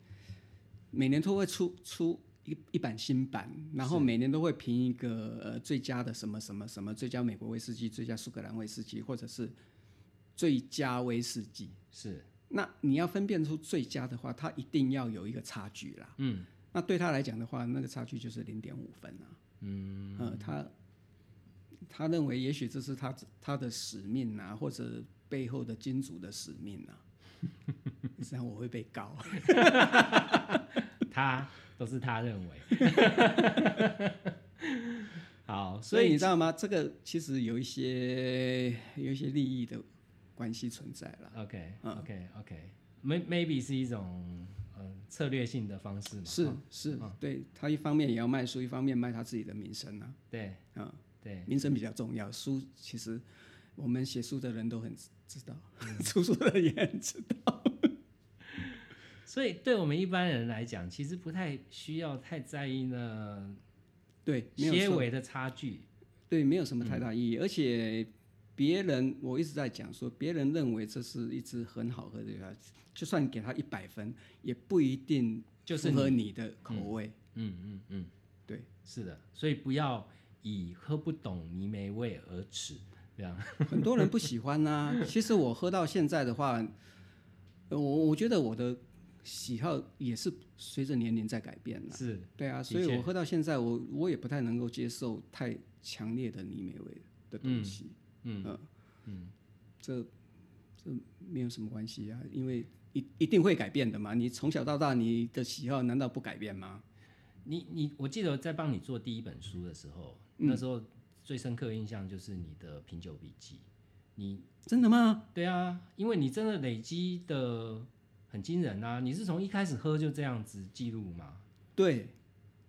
S2: 每年都会出出一一版新版，然后每年都会评一个呃最佳的什么什么什么，最佳美国威士忌、最佳苏格兰威士忌，或者是最佳威士忌。
S1: 是
S2: 那你要分辨出最佳的话，它一定要有一个差距啦。嗯，那对他来讲的话，那个差距就是零点五分啊。嗯，呃，他他认为也许这是他他的使命啊，或者背后的金主的使命 啊。实际上我会被告。
S1: 他都是他认为。 好，
S2: 哦所
S1: 所
S2: 以
S1: 以
S2: 你知道吗？这个其实有一些有一些利益的关系存在啦。嗯
S1: OK OK OK，may maybe 是一种呃策略性的方式嘛？
S2: 是
S1: 哦
S2: 是，对他一方面也要卖书，一方面卖他自己的名声啊。
S1: 对，
S2: 嗯，
S1: 对，
S2: 名声比较重要。书其实我们写书的人都很知道，
S1: 嗯
S2: 出书的人也很知道。
S1: 所以对我们一般人来讲，其实不太需要太在意呢
S2: 对，没有
S1: 些
S2: 错，
S1: 微的差距。
S2: 对，没有什么太
S1: 嗯
S2: 大意义。而且别人，我一直在讲说，别人认为这是一支很好喝的酒，就算你给他一百分，也不一定
S1: 就是
S2: 符合你的口味。
S1: 嗯嗯嗯，
S2: 对，
S1: 是的，所以不要以喝不懂泥煤味而耻，这样。
S2: 很多人不喜欢呐、 其实我喝到现在的话，呃我我觉得我的喜好也是随着年龄在改变啦
S1: 是
S2: 对啊，
S1: 的
S2: 所以
S1: 确
S2: 我喝到现在，我我也不太能够接受太强烈的泥美味的东西。嗯嗯、这这没有什么关系啊，因为一一定会改变的嘛。你从小到大，你的喜好难道不改变吗？
S1: 你你，我记得在帮你做第一本书的时候，
S2: 嗯
S1: 那时候最深刻的印象就是你的品酒笔记，你
S2: 真的吗？
S1: 对啊，因为你真的累积的很惊人啊！你是从一开始喝就这样子记录嘛？
S2: 对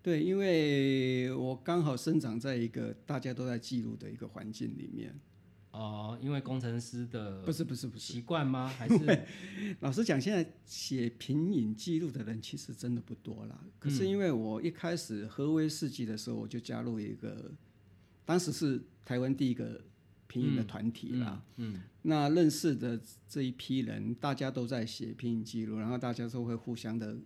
S2: 对，因为我刚好生长在一个大家都在记录的一个环境里面。
S1: 哦，因为工程师的
S2: 不是不是不是，
S1: 习惯 吗？还是
S2: 老实讲，现在写品饮记录的人其实真的不多啦。可是因为我一开始喝威士忌的时候，我就加入一个，当时是台湾第一个品饮的团体啦。嗯，那认识的这一批人，大家都在写品饮记录，然后大家都会互相的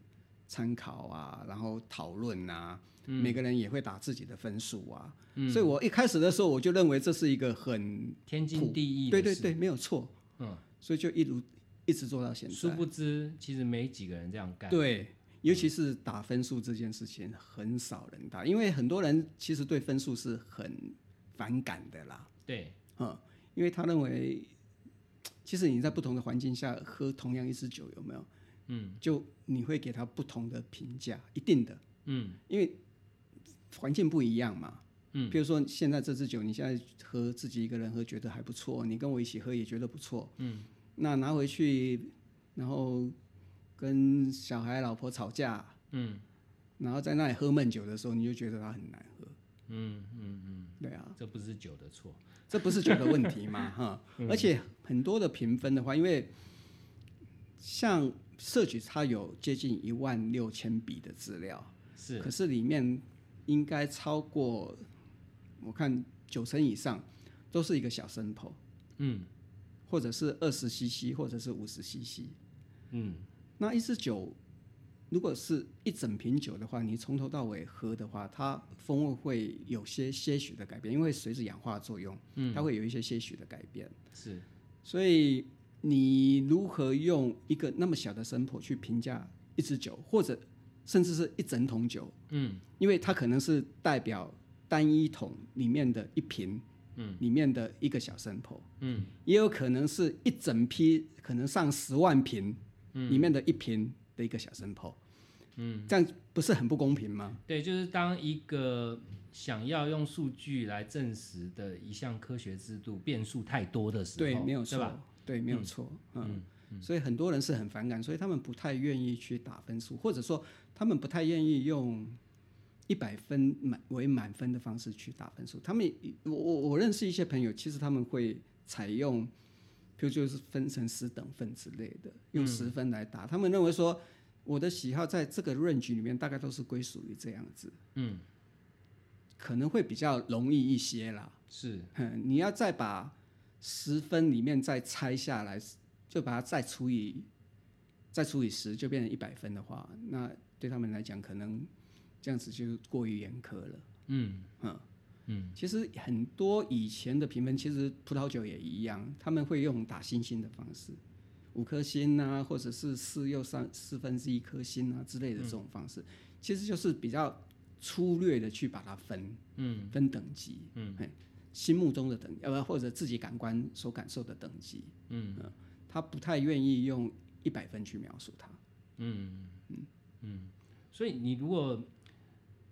S2: 参考啊，然后讨论啊，每个人也会打自己的分数啊。所以我一开始的时候，我就认为这是一个很
S1: 天经地义的
S2: 对
S1: 事？
S2: 对对，没有错。嗯，所以就一路一直做到现在。
S1: 殊不知其实没几个人这样干。
S2: 对，尤其是打分数这件事情，很少人打，因为很多人其实对分数是很反感的啦，
S1: 对，
S2: 嗯，因为他认为，其实你在不同的环境下喝同样一支酒，有没有？嗯，就你会给他不同的评价，一定的，嗯，因为环境不一样嘛。嗯，比如说现在这支酒，你现在喝自己一个人喝觉得还不错，你跟我一起喝也觉得不错，嗯，那拿回去，然后跟小孩、老婆吵架，嗯，然后在那里喝闷酒的时候，你就觉得它很难喝，
S1: 嗯嗯嗯，
S2: 对啊，
S1: 这不是酒的错。
S2: 这不是酒的问题嘛， 哈，而且很多的评分的话，因为像摄取它有接近一万六千笔的资料，
S1: 是，
S2: 可是里面应该超过我看九成以上都是一个小生头，
S1: 嗯
S2: 或者是二十 CC，或者是五十 CC，
S1: 嗯，
S2: 那一支酒，如果是一整瓶酒的话，你从头到尾喝的话，它风味会有些些许的改变，因为随着氧化作用，嗯，它会有一些些许的改变。
S1: 是
S2: 所以你如何用一个那么小的声波去评价一支酒，或者甚至是一整桶酒？嗯，因为它可能是代表单一桶里面的一瓶，嗯，里面的一个小声波，嗯，也有可能是一整批，可能上十万瓶，嗯，里面的一瓶的一个小声波，嗯，这样不是很不公平吗？
S1: 对，就是当一个想要用数据来证实的一项科学制度变数太多的时候，
S2: 对，没有
S1: 对吧？
S2: 错，对，没有错，嗯，所以很多人是很反感，所以他们不太愿意去打分数，或者说他们不太愿意用一百分满为满分的方式去打分数。他们，我我我认识一些朋友，其实他们会采用，比如就是分成十等份之类的，用十分来打。他们认为说，我的喜好在这个 range 里面大概都是归属于这样子，
S1: 嗯，
S2: 可能会比较容易一些啦。
S1: 是
S2: 嗯，你要再把十分里面再拆下来，就把它再除以再除以十，就变成一百分的话，那对他们来讲，可能这样子就过于严苛了。
S1: 嗯
S2: 嗯，其实很多以前的评分，其实葡萄酒也一样，他们会用打星星的方式，五颗星啊，或者是四又三四分之一颗星啊之类的这种方式，其实就是比较粗略的去把它分，嗯，分等级，嗯，心目中的等级，呃，或者自己感官所感受的等级，嗯、他不太愿意用一百分去描述它。
S1: 所以你如果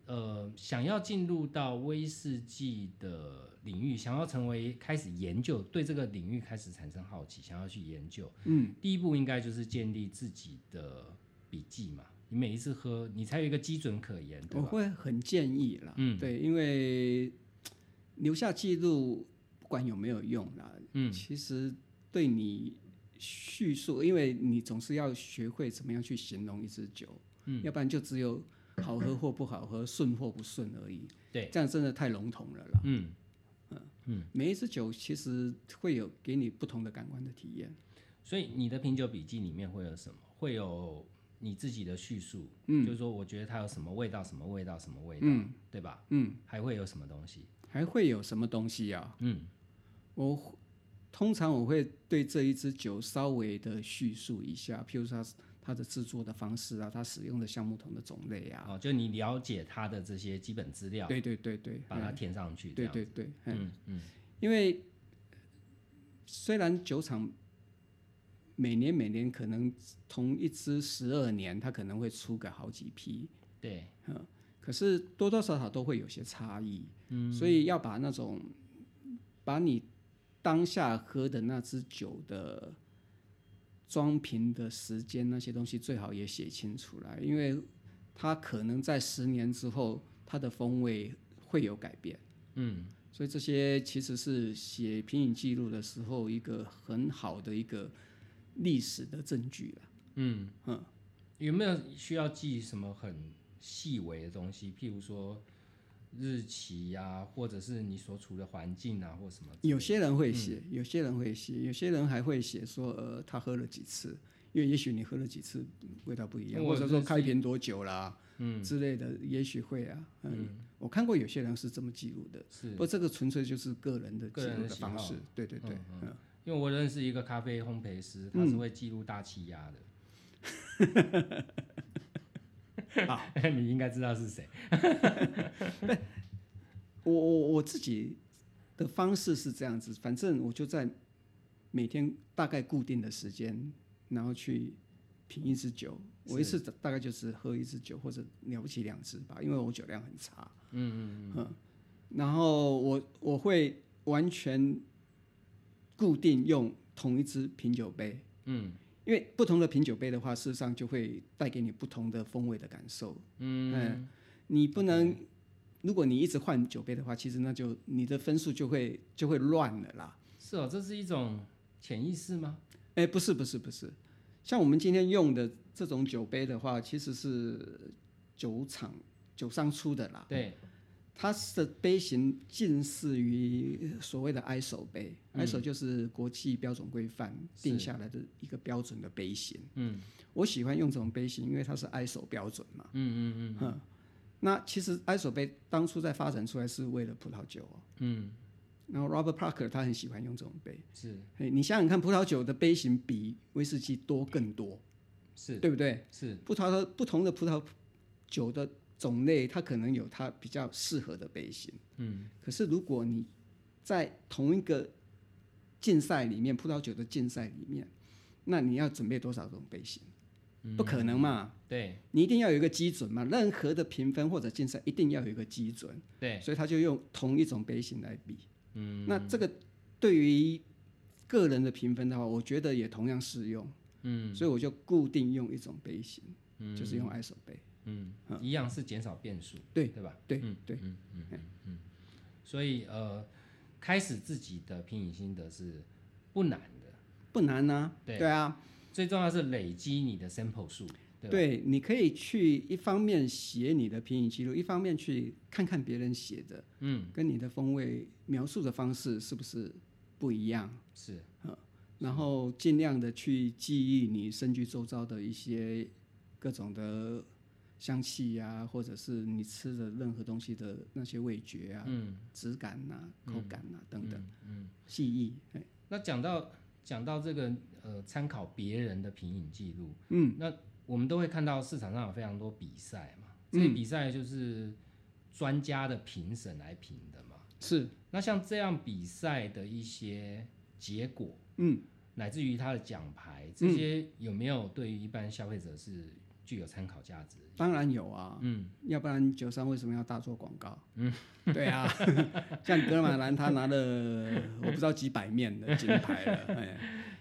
S1: 呃想要进入到威士忌的领域，想要成为开始研究，对这个领域开始产生好奇，想要去研究，嗯，第一步应该就是建立自己的笔记嘛。你每一次喝，你才有一个基准可言，对
S2: 我
S1: 吧？
S2: 会很建议啦，
S1: 嗯
S2: 对，因为留下记录不管有没有用啦，
S1: 嗯，
S2: 其实对你叙述，因为你总是要学会怎么样去形容一支酒，嗯，要不然就只有好喝或不好喝，顺或不顺而已，
S1: 对，
S2: 这样真的太笼统了啦。
S1: 嗯，
S2: 每一支酒其实会有给你不同的感官的体验，
S1: 所以你的品酒笔记里面会有什么？会有你自己的叙述，就是说我觉得它有什么味道，什么味道，什么味道，对吧？
S2: 嗯，
S1: 还会有什么东西？
S2: 还会有什么东西啊？
S1: 嗯，
S2: 我会通常我会对这一支酒稍微的叙述一下，譬如说它它的制作的方式啊，它使用的橡木桶的种类啊，
S1: 哦，就你了解它的这些基本资料，
S2: 对对对对，
S1: 把它填上去，这
S2: 嗯对
S1: 样。
S2: 对对，
S1: 嗯
S2: 嗯，因为呃虽然酒厂每年每年可能同一支十二年，它可能会出个好几批，
S1: 对，
S2: 可是多多少少都会有些差异，嗯，所以要把那种把你当下喝的那支酒的装瓶的时间那些东西，最好也写清楚来，因为它可能在十年之后，它的风味会有改变，
S1: 嗯，
S2: 所以这些其实是写品饮记录的时候一个很好的一个历史的证据了。
S1: 嗯嗯，有没有需要记什么很细微的东西？譬如说日期呀、或者是你所处的环境啊，或什么之类的？
S2: 有些人会写，
S1: 嗯
S2: 有些人会写，有些人还会写说，呃，他喝了几次，因为也许你喝了几次嗯味道不一样，
S1: 我
S2: 或者说
S1: 认识
S2: 开瓶多久啦，嗯之类的，也许会啊。嗯，我看过有些人是这么记录的，
S1: 是
S2: 不过这个纯粹就是个人的
S1: 个
S2: 记
S1: 人
S2: 录
S1: 的
S2: 的
S1: 喜好
S2: 方式。对对对，嗯
S1: 因为我认识一个咖啡烘焙师，他是会记录大气压的。 你应该知道是谁。
S2: 我我我自己的方式是这样子，反正我就在每天大概固定的时间，然后去品一支酒。我一次大大概就是喝一支酒，或者了不起两支吧，因为我酒量很差。嗯嗯嗯。然后我我会完全固定用同一支品酒杯。嗯。因为不同的品酒杯的话，事实上就会带给你不同的风味的感受。哎
S1: 嗯，
S2: 你不能，如果你一直换酒杯的话，其实那就你的分数就会就会乱了啦。
S1: 是哦，这是一种潜意识吗？
S2: 哎，不是不是不是，像我们今天用的这种酒杯的话，其实是酒厂酒商出的啦，
S1: 对，
S2: 它的杯型近似于所谓的 ISO 杯、i s o 就是国际标准规范
S1: 嗯是
S2: 定下来的一个标准的杯型。
S1: 嗯
S2: 我喜欢用这种杯型，因为它是 ISO 标准嘛。
S1: 嗯嗯嗯
S2: 那其实 ISO 杯当初在发展出来是为了葡萄酒哦。
S1: 嗯，
S2: 然后 Robert Parker 他很喜欢用这种杯，
S1: 是
S2: 嘿你想想看，葡萄酒的杯型比威士忌多更多，
S1: 是
S2: 对不对？
S1: 是，
S2: 不同的不同的葡萄酒的种类，它可能有它比较适合的杯型。嗯，可是如果你在同一个竞赛里面，葡萄酒的竞赛里面，那你要准备多少种杯型？不可能嘛！
S1: 对
S2: 你一定要有一个基准嘛，任何的评分或者竞赛一定要有一个基准。
S1: 对，
S2: 所以他就用同一种杯型来比。嗯，那这个对于个人的评分的话，我觉得也同样适用。嗯，所以我就固定用一种杯型，就是用 ISO 杯。
S1: 嗯，一样是减少变数，
S2: 对
S1: 对吧？嗯
S2: 对、对，
S1: 所以呃，开始自己的品饮心得是不难的，
S2: 不难啊。
S1: 对
S2: 啊，
S1: 最重要是累积你的 sample 数，对吧？
S2: 对，你可以去一方面写你的品饮记录，一方面去看看别人写的，
S1: 嗯，
S2: 跟你的风味描述的方式是不是不一样。
S1: 是
S2: 然后尽量的去记忆你身居周遭的一些各种的香气呀、或者是你吃的任何东西的那些味觉啊、
S1: 嗯。
S2: 质感呐、口感呐、等等，嗯，记忆，哎
S1: 那讲到讲到这个呃，参考别人的品饮记录，
S2: 嗯，
S1: 那我们都会看到市场上有非常多比赛嘛，这
S2: 嗯
S1: 些比赛就是专家的评审来评的嘛。
S2: 是，
S1: 那像这样比赛的一些结果，
S2: 嗯，
S1: 乃至于它的奖牌，这些有没有对于一般消费者是具有参考价值？
S2: 当然有啊，
S1: 嗯，
S2: 要不然酒商为什么要大做广告？嗯， 对啊，像格马兰他拿了我不知道几百面的金牌了，哎，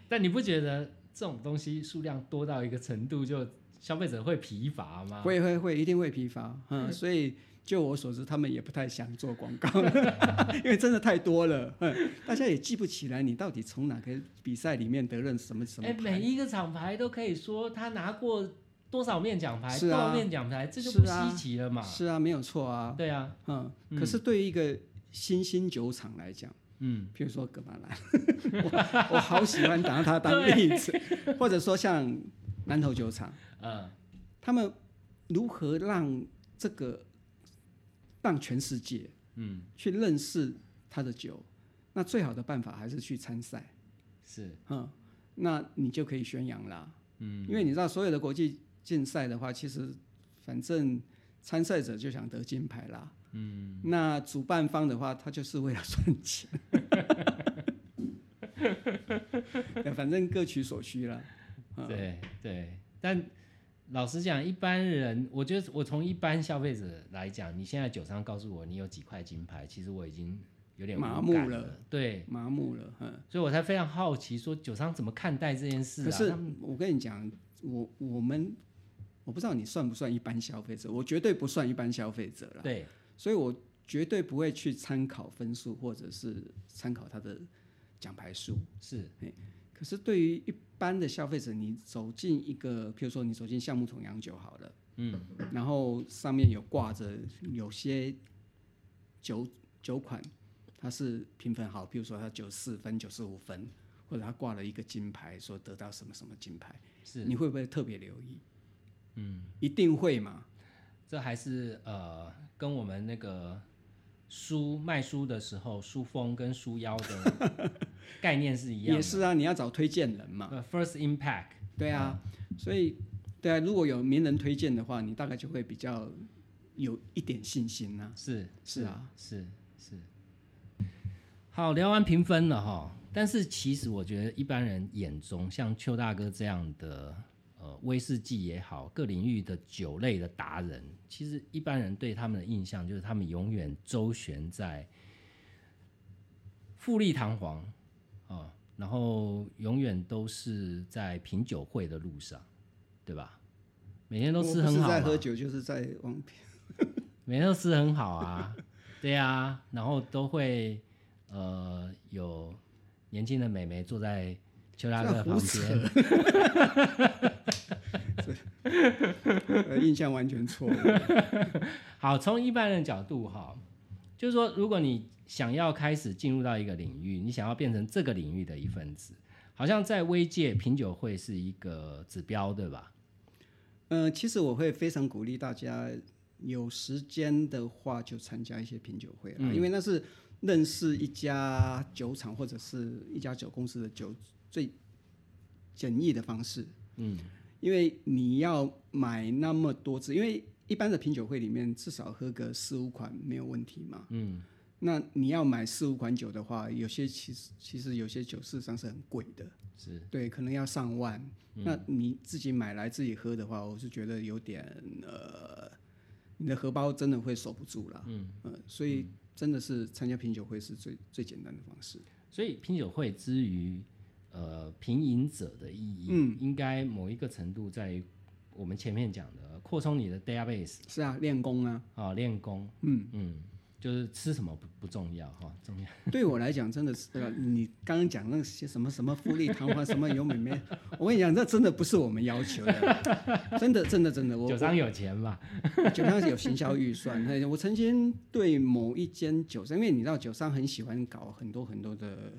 S1: 但你不觉得这种东西数量多到一个程度，就消费者会疲乏吗？
S2: 会会会，一定会疲乏。嗯，所以就我所知，他们也不太想做广告了，因为真的太多了。嗯，大家也记不起来你到底从哪个比赛里面得了什么什么
S1: 哎，每
S2: 牌。
S1: 一个厂牌都可以说他拿过多少面奖牌，
S2: 是
S1: 多
S2: 啊
S1: 少面奖牌，这就不
S2: 是啊
S1: 稀奇了嘛。
S2: 是啊，没有错啊。
S1: 对啊，
S2: 嗯，可是对于一个新兴酒厂来讲，
S1: 嗯，
S2: 譬如说格马兰，我我好喜欢拿它当例子，或者说像南投酒厂，
S1: 呃，
S2: 他们如何让这个让全世界
S1: 嗯，
S2: 去认识他的酒，那最好的办法还是去参赛，
S1: 是，
S2: 嗯，那你就可以宣扬啦，
S1: 嗯，
S2: 因为你知道所有的国际竞赛的话，其实反正参赛者就想得金牌啦，嗯，那主办方的话，他就是为了赚 钱， 对反正各取所需啦，嗯
S1: 对对。但老实讲，一般人，我觉得我从一般消费者来讲，你现在酒商告诉我你有几块金牌，其实我已经有点无
S2: 麻木
S1: 感
S2: 了
S1: 了。对，
S2: 麻木了，嗯。
S1: 所以我才非常好奇，说酒商怎么看待这件事啊？
S2: 可是
S1: 他们
S2: 我跟你讲，我我们我不知道你算不算一般消费者，我绝对不算一般消费者啦。
S1: 对，
S2: 所以我绝对不会去参考分数或者是参考它的奖牌数。
S1: 是
S2: 可是对于一般的消费者，你走进一个，譬如说你走进橡木桶洋酒好了，嗯，然后上面有挂着有些酒酒款，它是评分好，譬如说它九四分、九十五分，或者它挂了一个金牌，说得到什么什么金牌，
S1: 是，
S2: 你会不会特别留意？嗯，一定会嘛。
S1: 这还是呃跟我们那个书卖书的时候书封跟书腰的 概念是一样
S2: 也
S1: 的。
S2: 是啊，你要找推荐人嘛。
S1: 呃，first impact
S2: 对啊，所以对啊，如果有名人推荐的话，你大概就会比较有一点信心呐、
S1: 是
S2: 啊是啊，
S1: 是是。好，聊完评分了哈，但是其实我觉得一般人眼中，像邱大哥这样的呃威士忌也好，各领域的酒类的达人，其实一般人对他们的印象就是他们永远周旋在呃富丽堂皇啊、然后永远都是在品酒会的路上，对吧？每天都吃
S2: 我不
S1: 很
S2: 是
S1: 好嘛，
S2: 在喝酒，就是在往
S1: 每天都吃很好啊， 对啊，然后都会呃有年轻的美眉坐在邱大哥
S2: 在
S1: 旁
S2: 胡扯
S1: 边，
S2: 呃印象完全错误。
S1: 好，从一般人角度哈，就是说，如果你想要开始进入到一个领域，你想要变成这个领域的一份子，好像在微界品酒会是一个指标，对吧？
S2: 呃，其实我会非常鼓励大家，有时间的话就参加一些品酒会啦，因为那是认识一家酒厂或者是一家酒公司的酒最简易的方式。嗯，因为你要买那么多支，因为一般的品酒会里面至少喝个四五款没有问题嘛。嗯，那你要买四五款酒的话，有些其实其实有些酒事实上是很贵的。
S1: 是
S2: 对，可能要上万。那你自己买来自己喝的话，我是觉得有点呃，你的荷包真的会守不住啦。嗯，呃，所以真的是参加品酒会是最最简单的方式。
S1: 所以品酒会之于呃品饮者的意义，
S2: 嗯
S1: 应该某一个程度在于我们前面讲的扩充你的 database。
S2: 是啊，练功啊，
S1: 啊，练功，嗯嗯，就是吃什么不不重要哈，重要
S2: 对我来讲真的是，呃你刚刚讲那些什么什么富丽堂皇，什么有美眉， 我跟你讲，这真的不是我们要求的， 真的真的真的，我
S1: 酒商有钱嘛，
S2: 酒商有行销预算。嘿我曾经对某一间酒商，因为你知道酒商很喜欢搞很多很多的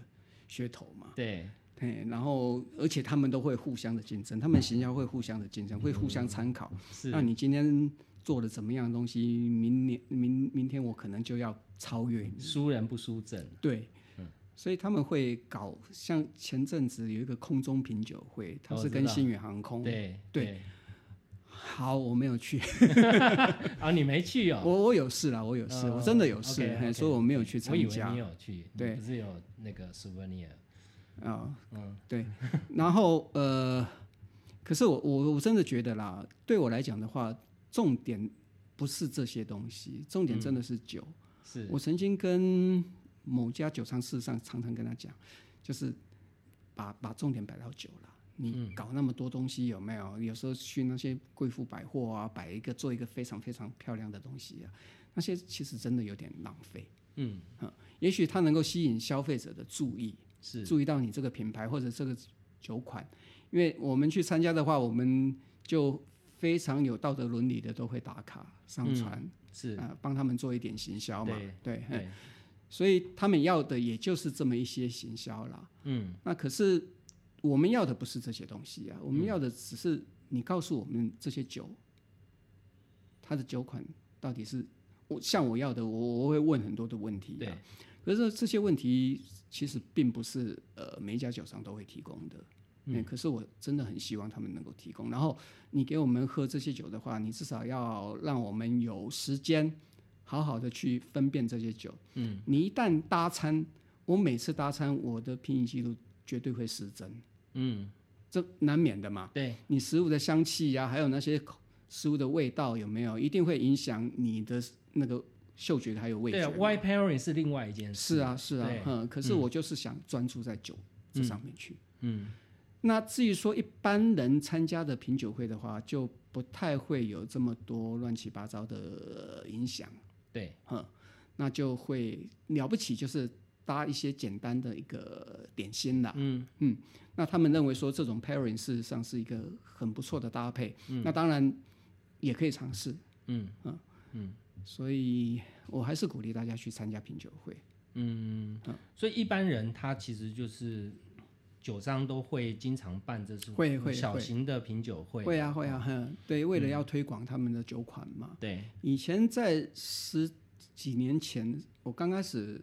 S2: 噱头嘛，
S1: 对，
S2: 嘿，然后而且他们都会互相的竞争，他们行销会互相的竞争，会互相参考。
S1: 嗯是
S2: 那你今天做的怎么样的东西，明年明明天我可能就要超越你。
S1: 输人不输阵，
S2: 对，
S1: 嗯
S2: 所以他们会搞像前阵子有一个空中品酒会，它
S1: 哦
S2: 是
S1: 知
S2: 跟
S1: 道
S2: 星宇航空。
S1: 对
S2: 对好，我没有去，
S1: 对，啊，你没去哦，
S2: 我我有事啦，我有事，
S1: 嗯
S2: 我真的有事，
S1: OK，OK
S2: 嘿所以我没有去
S1: 我以
S2: 参
S1: 为
S2: 加
S1: 你。有去，你
S2: 对
S1: 不是有那个 souvenir，
S2: 啊，
S1: 嗯，
S2: 对，然后呃，可是我我我真的觉得啦，对我来讲的话，重点不是这些东西，重点真的是酒。
S1: 嗯是
S2: 我曾经跟某家酒商，事实上常常跟他讲，就是把把重点摆到酒了。
S1: 嗯
S2: 你搞那么多东西有没有？有时候去那些贵妇百货啊，摆一个做一个非常非常漂亮的东西啊，那些其实真的有点浪费。
S1: 嗯
S2: 嗯，也许它能够吸引消费者的注意，
S1: 是
S2: 注意到你这个品牌或者这个酒款，因为我们去参加的话，我们就非常有道德伦理的都会打卡上传，
S1: 嗯是，
S2: 啊，帮他们做一点行销嘛，对，哎嘿
S1: 对，
S2: 所以他们要的也就是这么一些行销啦。
S1: 嗯
S2: 那可是我们要的不是这些东西啊，我们要的只是你告诉我们这些酒，它的酒款到底是我像我要的，我我会问很多的问题、
S1: 对
S2: 啊。可是这些问题其实并不是呃每一家酒商都会提供的。嗯，可是我真的很希望他们能够提供。然后你给我们喝这些酒的话，你至少要让我们有时间好好的去分辨这些酒。嗯，你一旦搭餐，我每次搭餐，我的拼音记录绝对会失真，
S1: 嗯
S2: 这难免的嘛。
S1: 对
S2: 你食物的香气呀、还有那些口食物的味道有没有，一定会影响你的那个嗅觉还有味
S1: 对
S2: 觉
S1: 啊。，white pairing 是另外一件事，
S2: 是啊，是啊
S1: 对，
S2: 嗯。可是我就是想专注在酒这上面去。
S1: 嗯
S2: 那至于说一般人参加的品酒会的话，就不太会有这么多乱七八糟的呃影响。
S1: 对，
S2: 哼，那就会了不起，就是搭一些简单的一个点心啦。
S1: 嗯
S2: 那他们认为说这种 pairing 事实上是一个很不错的搭配。那当然也可以尝试，
S1: 嗯
S2: 所以我还是鼓励大家去参加品酒会。
S1: 嗯，所以一般人他其实就是酒商都会经常办这种
S2: 会会
S1: 小型的品酒会，嗯
S2: 会啊会啊，哼，对，为了要推广他们的酒款嘛。
S1: 对，
S2: 以前在十几年前，我刚开始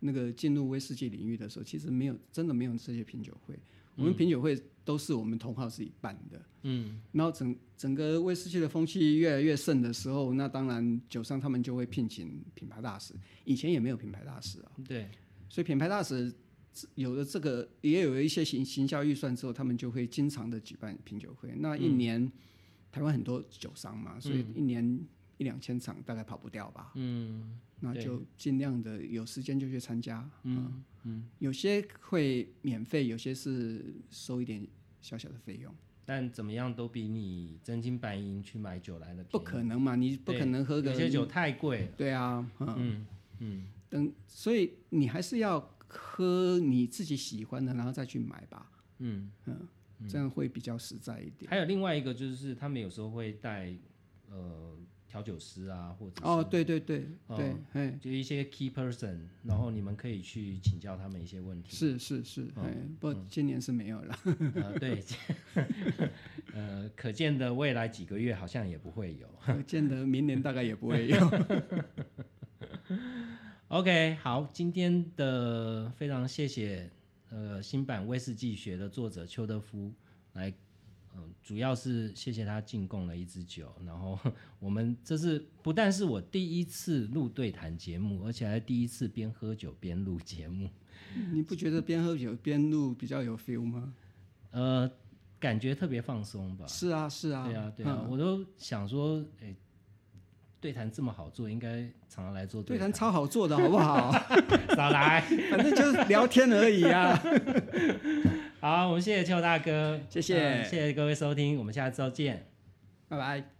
S2: 那个进入威士忌领域的时候，其实没有真的没有这些品酒会，我们品酒会都是我们同好自己办的。嗯，然后整整个威士忌的风气越来越盛的时候，那当然酒商他们就会聘请品牌大使，以前也没有品牌大使啊，
S1: 对，
S2: 所以品牌大使。有了这个，也有了一些行行销预算之后，他们就会经常的举办品酒会。那一
S1: 嗯
S2: 年，台湾很多酒商嘛，所以一年一两千场大概跑不掉吧。
S1: 嗯
S2: 那
S1: 对
S2: 就尽量的有时间就去参加。
S1: 嗯
S2: 嗯，有些会免费，有些是收一点小小的费用。
S1: 但怎么样都比你真金白银去买酒来的
S2: 不
S1: 便宜，
S2: 可能嘛，你不
S1: 对
S2: 可能喝个
S1: 有些酒太贵了，
S2: 对啊，嗯，
S1: 嗯嗯
S2: 等，所以你还是要喝你自己喜欢的，然后再去买吧，
S1: 嗯，
S2: 这样会比较实在一点。
S1: 还有另外一个就是他们有时候会带呃调酒师啊，或者
S2: 哦，
S1: 是
S2: 对对对
S1: 哦
S2: 对，哎，
S1: 就一些 key person，然后你们可以去请教他们一些 问题。
S2: 是是是，
S1: 哦
S2: 哎，不，今年是 没有了。
S1: 呃，对， 呃，可见的未来几个月好像也不会有。
S2: 可见得明年大概也不 会有。
S1: OK，好，今天的非常谢谢呃新版威士忌学的作者邱德夫来，嗯、主要是谢谢他进贡了一支酒，然后 我们这是不但是我第一次录对谈节目，而且还第一次边喝酒边录节目，
S2: 你不觉得边喝酒边录比较有 feel 吗？
S1: 呃，感觉特别放松吧。
S2: 是啊，是啊，
S1: 对啊，对啊，
S2: 嗯
S1: 我都想说，哎、对谈这么好做，应该常常来做
S2: 对
S1: 谈
S2: 谈，超好做的好 不好？
S1: 少来。
S2: 反正就是聊天而已啊。
S1: 好，我们谢谢邱大哥，嗯
S2: 谢谢
S1: 呃谢谢各位收听，我们下次再见。
S2: 拜拜。